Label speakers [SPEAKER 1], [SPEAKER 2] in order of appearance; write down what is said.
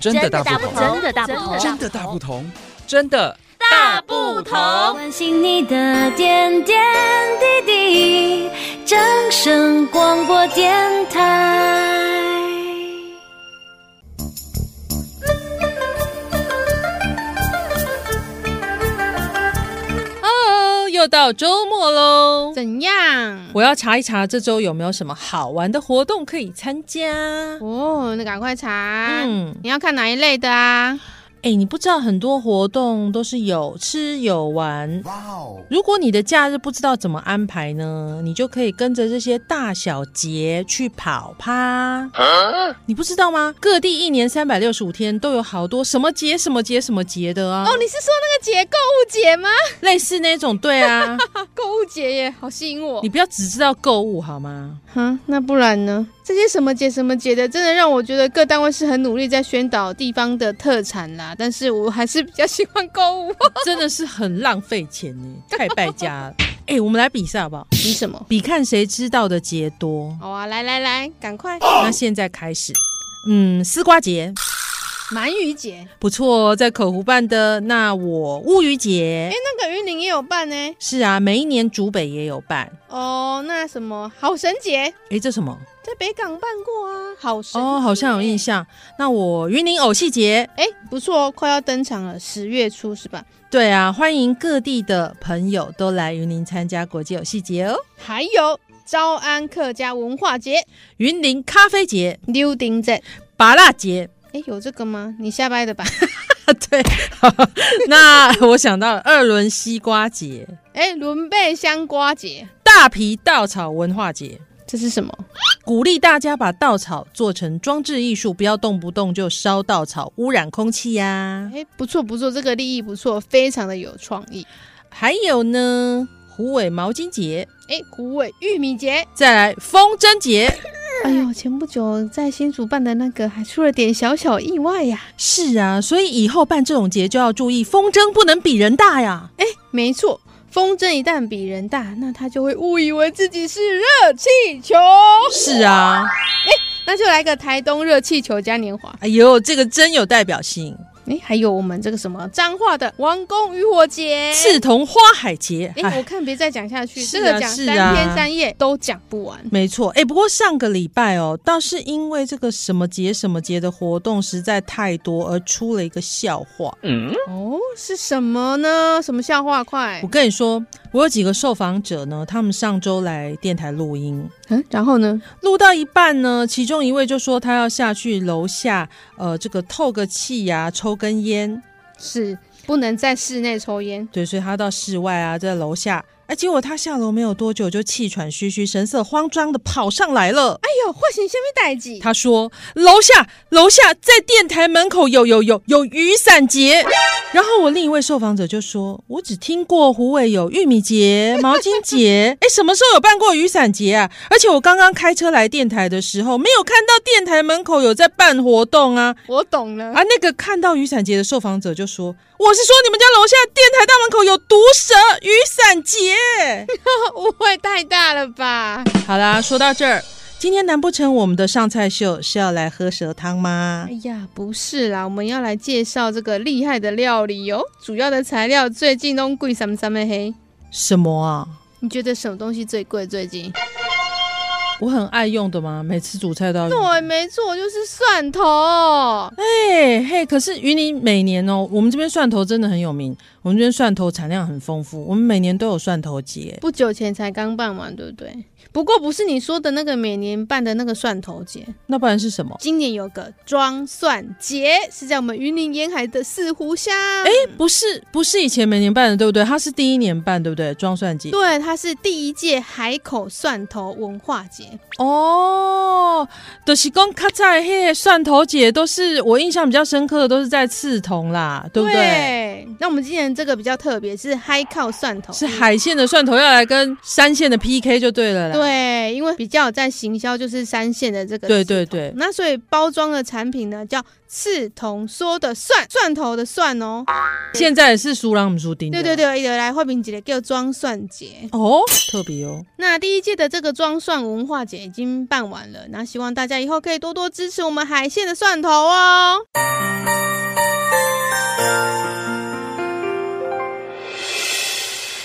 [SPEAKER 1] 真的大
[SPEAKER 2] 大
[SPEAKER 1] 不
[SPEAKER 2] 不
[SPEAKER 1] 同，
[SPEAKER 2] 同，的大不同
[SPEAKER 1] 真的大不同，真的
[SPEAKER 2] 大不同。
[SPEAKER 3] 关心你的点点滴滴，掌声广播电台。
[SPEAKER 4] 哦，又到周末喽。
[SPEAKER 5] 怎样？
[SPEAKER 4] 我要查一查这周有没有什么好玩的活动可以参加。
[SPEAKER 5] 哦，那赶快查。
[SPEAKER 4] 嗯
[SPEAKER 5] 你要看哪一类的啊？
[SPEAKER 4] 哎、你不知道很多活动都是有吃有玩。如果你的假日不知道怎么安排呢，你就可以跟着这些大小节去跑趴。你不知道吗？各地一年三百六十五天都有好多什么节、什么节、什么节的啊，
[SPEAKER 5] 哦，你是说那个节购物节吗？
[SPEAKER 4] 类似那种。对啊，
[SPEAKER 5] 啊， 购物节耶，好吸引我
[SPEAKER 4] 你。不要只知道购物好吗？
[SPEAKER 5] 哈，那不然呢？这些什么节什么节的，真的让我觉得各单位是很努力在宣导地方的特产啦。但是我还是比较喜欢购物。
[SPEAKER 4] 真的是很浪费钱呢，太败家了。 哎、我们来比赛好不好？
[SPEAKER 5] 你什么？
[SPEAKER 4] 比看谁知道的节多。
[SPEAKER 5] 好啊，来来来，赶快！
[SPEAKER 4] 那现在开始，嗯，丝瓜节
[SPEAKER 5] 鳗鱼节，
[SPEAKER 4] 不错哦，在口湖办的。那我乌鱼节
[SPEAKER 5] 哎，那个云林也有办呢。
[SPEAKER 4] 是啊，每一年竹北也有办。
[SPEAKER 5] 哦，那什么好神节，
[SPEAKER 4] 哎，这什么？
[SPEAKER 5] 在北港办过啊，好神
[SPEAKER 4] 哦，好像有印
[SPEAKER 5] 象。
[SPEAKER 4] 象。那我云林偶戏节，
[SPEAKER 5] 哎，不错哦，快要登场了，十月初是吧？
[SPEAKER 4] 对啊，欢迎各地的朋友都来云林参加国际偶戏节哦。
[SPEAKER 5] 还有招安客家文化节、
[SPEAKER 4] 云林咖啡节、
[SPEAKER 5] 溜丁节，
[SPEAKER 4] 拔蜡节，
[SPEAKER 5] 哎，有这个吗？你瞎掰的吧？
[SPEAKER 4] 对。那我想到了二轮西瓜节、
[SPEAKER 5] 哎，伦贝香瓜节，
[SPEAKER 4] 大皮稻草文化节。
[SPEAKER 5] 这是什么？
[SPEAKER 4] 鼓励大家把稻草做成装置艺术，不要动不动就烧稻草，污染空气呀、
[SPEAKER 5] 哎，不错不错，这个立意不错，非常的有创意。
[SPEAKER 4] 还有呢，虎尾毛巾节，
[SPEAKER 5] 哎，虎尾玉米节，
[SPEAKER 4] 再来风筝节。
[SPEAKER 5] 哎呦，前不久在新主办的那个还出了点小小意外呀、
[SPEAKER 4] 是啊，所以以后办这种节就要注意，风筝不能比人大呀。
[SPEAKER 5] 没错，风筝一旦比人大，那他就会误以为自己是热气球。
[SPEAKER 4] 是啊，
[SPEAKER 5] 那就来个台东热气球嘉年华。
[SPEAKER 4] 哎呦，这个真有代表性。
[SPEAKER 5] 哎，还有我们这个什么彰化的王宫渔火节，
[SPEAKER 4] 刺桐花海节，
[SPEAKER 5] 哎，
[SPEAKER 4] 哎
[SPEAKER 5] 我看别再讲下去，
[SPEAKER 4] 是
[SPEAKER 5] 这
[SPEAKER 4] 啊
[SPEAKER 5] 个讲
[SPEAKER 4] 是
[SPEAKER 5] 三
[SPEAKER 4] 啊
[SPEAKER 5] 天三夜都讲不完。
[SPEAKER 4] 没错，哎，不过上个礼拜哦，倒是因为这个什么节什么节的活动实在太多，而出了一个笑话。
[SPEAKER 5] 哦，是什么呢？什么笑话？快
[SPEAKER 4] 我，跟你说，我有几个受访者呢，他们上周来电台录音，
[SPEAKER 5] 嗯，然后呢？
[SPEAKER 4] 录到一半呢，其中一位就说他要下去楼下，呃，这个透个气呀、抽根烟。
[SPEAKER 5] 是不能在室内抽烟。
[SPEAKER 4] 对，所以他到室外啊，在楼下。哎，结果他下楼没有多久，就气喘吁吁、神色慌张的跑上来了。
[SPEAKER 5] 哎呦，唤醒下面代际，
[SPEAKER 4] 他说：“楼下，楼下，在电台门口有有有有雨伞节。”然后我另一位受访者就说：“我只听过虎尾有玉米节、毛巾节， 哎，什么时候有办过雨伞节啊？而且我刚刚开车来电台的时候，没有看到电台门口有在办活动啊。”
[SPEAKER 5] 我懂了。
[SPEAKER 4] 啊，那个看到雨伞节的受访者就说：“我是说你们家楼下电台大门口有毒蛇雨伞节。”
[SPEAKER 5] 误会太大了吧？
[SPEAKER 4] 好啦，说到这儿，今天难不成我们的上菜秀是要来喝蛇汤吗
[SPEAKER 5] 哎？呀，不是啦，我们要来介绍这个厉害的料理哦。主要的材料最近都贵三三的黑，
[SPEAKER 4] 什么啊？
[SPEAKER 5] 你觉得什么东西最贵？最近？
[SPEAKER 4] 我很爱用的吗？每次煮菜都要用。
[SPEAKER 5] 对，没错，就是蒜头。
[SPEAKER 4] 哎、嘿，可是云林每年哦，我们这边蒜头真的很有名，我们这边蒜头产量很丰富，我们每年都有蒜头节。
[SPEAKER 5] 不久前才刚办完，对不对？不过不是你说的那个每年办的那个蒜头节，
[SPEAKER 4] 那不然是什么？
[SPEAKER 5] 今年有个装蒜节，是在我们云林沿海的四湖乡。
[SPEAKER 4] 哎、不是，不是以前每年办的，对不对？它是第一年办，对不对？装蒜节。
[SPEAKER 5] 对，它是第一届海口蒜头文化节。
[SPEAKER 4] 哦，就是讲卡在嘿蒜头节都是我印象比较深刻的，都是在刺桐啦，对不对？
[SPEAKER 5] 那我们今年这个比较特别，是嗨靠蒜头，
[SPEAKER 4] 是。海线的蒜头要来跟山线的 PK 就对了啦。
[SPEAKER 5] 对，因为比较有在行销就是三线的这个
[SPEAKER 4] 对对对，
[SPEAKER 5] 那所以包装的产品呢，叫刺桐说的蒜，蒜头的蒜哦。
[SPEAKER 4] 现在也是输让我们输丁。
[SPEAKER 5] 对对。对，一来慧萍姐叫装蒜节。
[SPEAKER 4] 哦，特别哦，
[SPEAKER 5] 那第一届的这个装蒜文化节已经办完了，那希望大家以后可以多多支持我们海线的蒜头哦。